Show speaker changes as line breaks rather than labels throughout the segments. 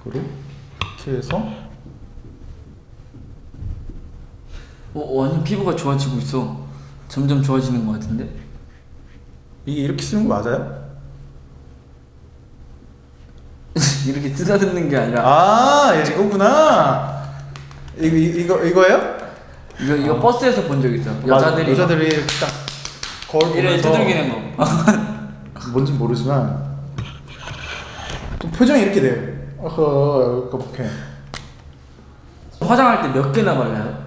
이거를 이렇게 해서
어, 완전 피부가 좋아지고 있어. 점점 좋아지는 것 같은데?
이게 이렇게 쓰는 거 맞아요?
이렇게 쓰다듬는 게 아니라
아 이거구나. 이거 이거 이거예요?
이거 이거 버스에서 본 적 있어.
맞아,
여자들이
여자들이 딱 거울
이래
보면서
두들기는 거.
뭔진 모르지만 또 표정이 이렇게 돼요. 어허 이렇게
화장할 때 몇 개나 발라요?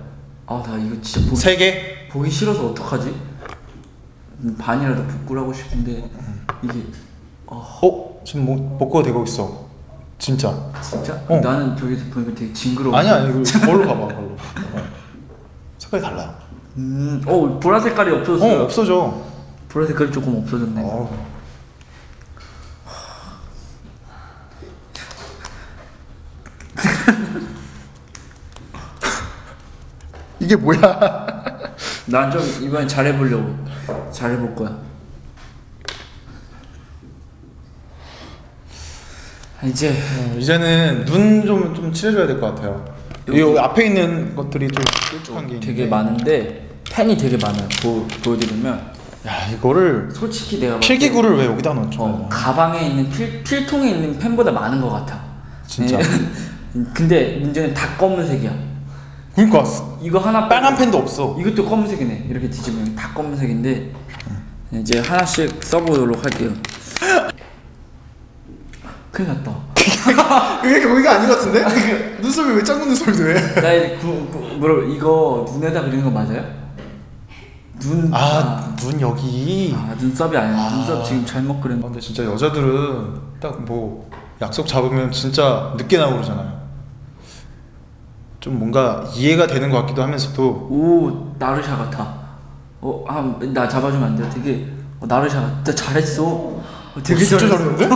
아 나 이거 진짜 보기,
세 개.
보기 싫어서 어떡하지? 음, 반이라도 복구하고 싶은데 이게 아
어 지금 뭐 복구가 되고 있어. 진짜.
진짜?
어.
나는 저기서 보니까 되게 징그러워.
아니야 이거 걸로 봐봐 걸로. 어. 색깔이 달라요.
음, 어 보라 색깔이 없어졌어요.
어 없어져.
보라 색깔이 조금 없어졌네.
어. 이게 뭐야?
난 좀 이번엔 잘해보려고 잘해볼 거야. 이제
이제는 눈 좀 좀 칠해줘야 될 것 같아요. 이 앞에 있는 것들이 좀 뾰족한 게
되게
있는데.
많은데 펜이 되게 많아요. 보, 보여드리면
야 이거를
솔직히 내가 봤을 때
필기구를 왜 여기다 넣죠?
어, 가방에 있는 필, 필통에 있는 펜보다 많은 것 같아. 네.
진짜?
근데 문제는 다 검은색이야.
그러니까
이거 하나 빼고
빨간 펜도 없어.
이것도 검은색이네. 이렇게 뒤집으면 다 검은색인데 이제 하나씩 써보도록 할게요. 큰일 났다.
그게 거기가 아닌 것 같은데? 눈썹이 왜 짱구 눈썹이 돼?
나 이제 구, 구, 뭐라 이거 눈에다 그리는 거 맞아요? 눈 아,
아눈 여기.
아, 눈썹이 아니야.
아.
눈썹 지금 잘못
아,
그렸는데.
근데 진짜 여자들은 딱 뭐 약속 잡으면 진짜 늦게 나오고 그러잖아요. 좀 뭔가 이해가 되는 것 같기도 하면서도 어,
오 나르샤 같아. 어아나 잡아주면 안 돼? 되게 어, 나르샤 같아. 잘했어. 어, 되게
진짜
잘했어.
잘했는데?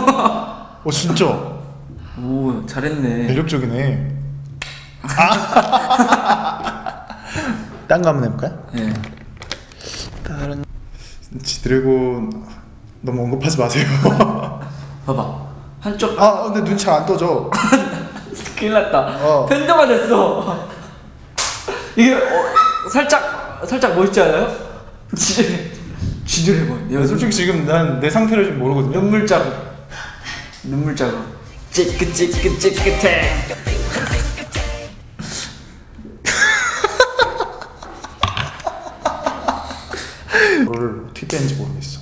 어 진짜
오 잘했네.
매력적이네. 아. 딴거 한번 해볼까요?
예.
다른 지드래곤 너무 언급하지 마세요.
봐봐 한쪽
아 근데 눈 잘 안 떠져.
큰일 났다.
어.
팬더가 됐어. 이게 어, 살짝 살짝 멋있지 않아요? 지저래 지저래 보여.
솔직히 지금 난 내 상태를 좀 모르거든요.
눈물 자국 눈물 자국 찌끗찌끗찌끗해
이걸 어떻게 빼는지 모르겠어.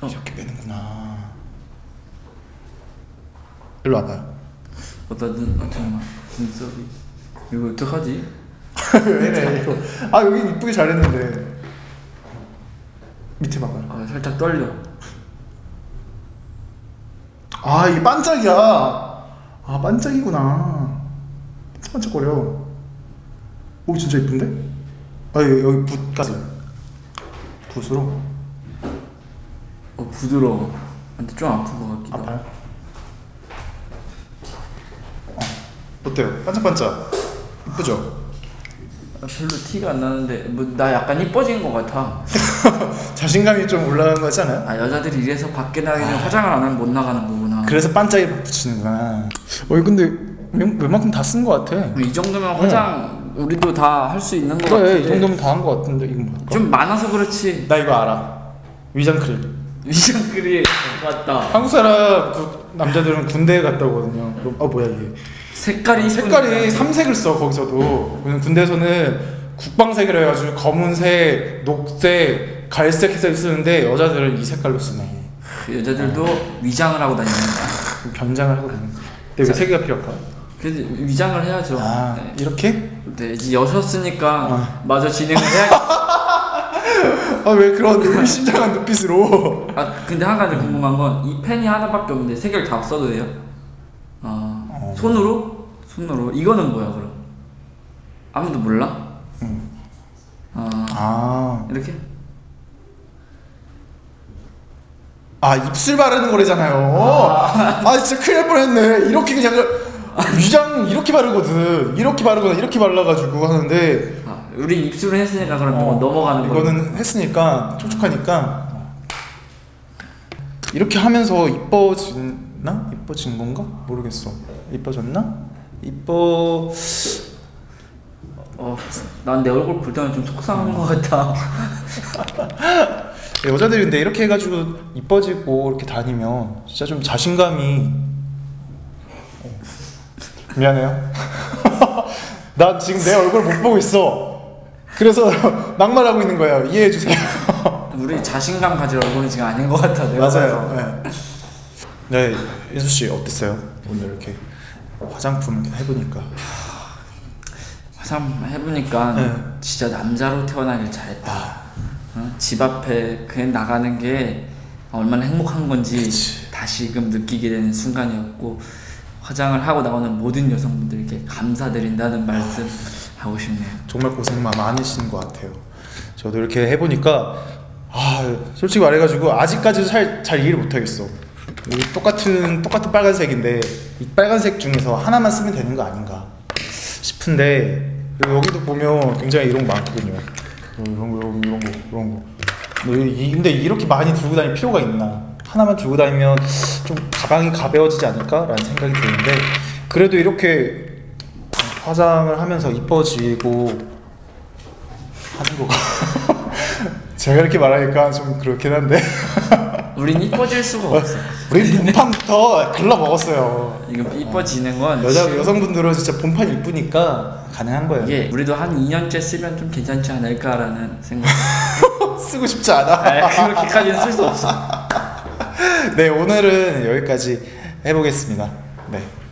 어.
이렇게 빼는구나. 일로 와봐요.
어떤 어, 정말 눈썹이 이거 어떡하지?
왜래 이거? 아 여기 이쁘게 잘했는데 밑에 봐봐요.
아 살짝 떨려
아 이게 반짝이야. 아 반짝이구나. 반짝거려. 오 진짜 이쁜데? 아 여기, 여기 붓까지. 붓으로
어 부드러워 근데 좀 아픈 것 같기도 하고
아파요. 어. 어때요? 반짝반짝. 이쁘죠?
아, 별로 티가 안 나는데 뭐 나 약간 이뻐진 것 같아
자신감이 좀 올라가는 거 같지 않아요?
아 여자들이 이래서 밖에 나가면 화장을 안 하면 못 나가는 거구나
그래서 반짝이 붙이는구나. 음, 어, 근데 웬- 웬만큼 다 쓴 거 같아.
이 정도면 화장 우리도 다 할 수 있는 것
그래, 이
같은데
정도면 다 한 거 같은데 이건 뭐야?
좀 많아서 그렇지
음. 나 이거 알아. 위장 크림.
위장 글이 맞다
한국 사람 그 남자들은 군대에 갔다 오거든요. 그럼, 어 뭐야 이게?
색깔이 이쁜
색깔이 삼색을 써 거기서도. 왜냐면 군대에서는 국방색이라 해가지고 검은색, 녹색, 갈색 색을 쓰는데 여자들은 이 색깔로 쓰네.
그 여자들도 위장을 하고 다니는 거야.
그 변장을 하거든요. 근데 왜 세 개가 필요할까?
그래서 위장을 해야죠.
아
네.
이렇게?
네, 이제 여셨으니까
아.
마저 진행을 해야.
아 왜 그런 의심장한 눈빛으로?
아 근데 한 가지 궁금한 건 이 펜이 하나밖에 없는데 세 개를 다 써도 돼요? 아
어.
손으로? 손으로 이거는 뭐야 그럼? 아무도 몰라?
응.
아
아
이렇게?
아 입술 바르는 거래잖아요. 아, 진짜 큰일 날 뻔했네. 이렇게 그냥 그- 위장 이렇게 바르거든. 이렇게 바르거나 이렇게 발라가지고 하는데
아 우리 입술을 했으니까 그럼
어,
넘어가는 거.
이거는 했으니까 촉촉하니까 이렇게 하면서 이뻐지나? 이뻐진 건가? 모르겠어. 이뻐졌나? 이뻐
어, 난 내 얼굴 볼 때는 좀 속상한 것 같아.
예, 여자들이 근데 이렇게 해가지고 이뻐지고 이렇게 다니면 진짜 좀 자신감이 어, 미안해요. 나 지금 내 얼굴 못 보고 있어. 그래서 막말하고 있는 거예요. 이해해 주세요.
우리 자신감 가질 얼굴이 지금 아닌 것 같아. 내가 봐서.
네, 예수 씨 어땠어요? 오늘 이렇게 화장품 이렇게 해보니까.
화상 해보니까
네.
진짜 남자로 태어나길 잘했다.
아,
어? 집 앞에 그냥 나가는 게 얼마나 행복한 건지
그치.
다시금 느끼게 되는 순간이었고 화장을 하고 나오는 모든 여성분들께 감사드린다는 말씀 하고 싶네요.
정말 고생 많으신 것 같아요. 저도 이렇게 해보니까 아 솔직히 말해가지고 아직까지도 잘, 잘 이해를 못하겠어. 이 똑같은 똑같은 빨간색인데 이 빨간색 중에서 하나만 쓰면 되는 거 아닌가 싶은데 그리고 여기도 보면 굉장히 이런 거 많거든요. 음, 이런 거 이런 거 이런 거 이런 거. 근데 이- 근데 이렇게 많이 들고 다닐 필요가 있나? 하나만 들고 다니면 좀 가방이 가벼워지지 않을까라는 생각이 드는데 그래도 이렇게 화장을 하면서 이뻐지고 하는 거가 제가 이렇게 말하니까 좀 그렇긴 한데
우린 이뻐질 수가 없어.
우리 본판부터 글러 먹었어요.
이거 이뻐지는 건
여자 여성분들은 진짜 본판 이쁘니까 가능한 거예요.
이게 우리도 한 2년째 쓰면 좀 괜찮지 않을까라는 생각.
쓰고 싶지 않아.
아, 그렇게까지는 쓸 수 없어.
네 오늘은 여기까지 해보겠습니다. 네.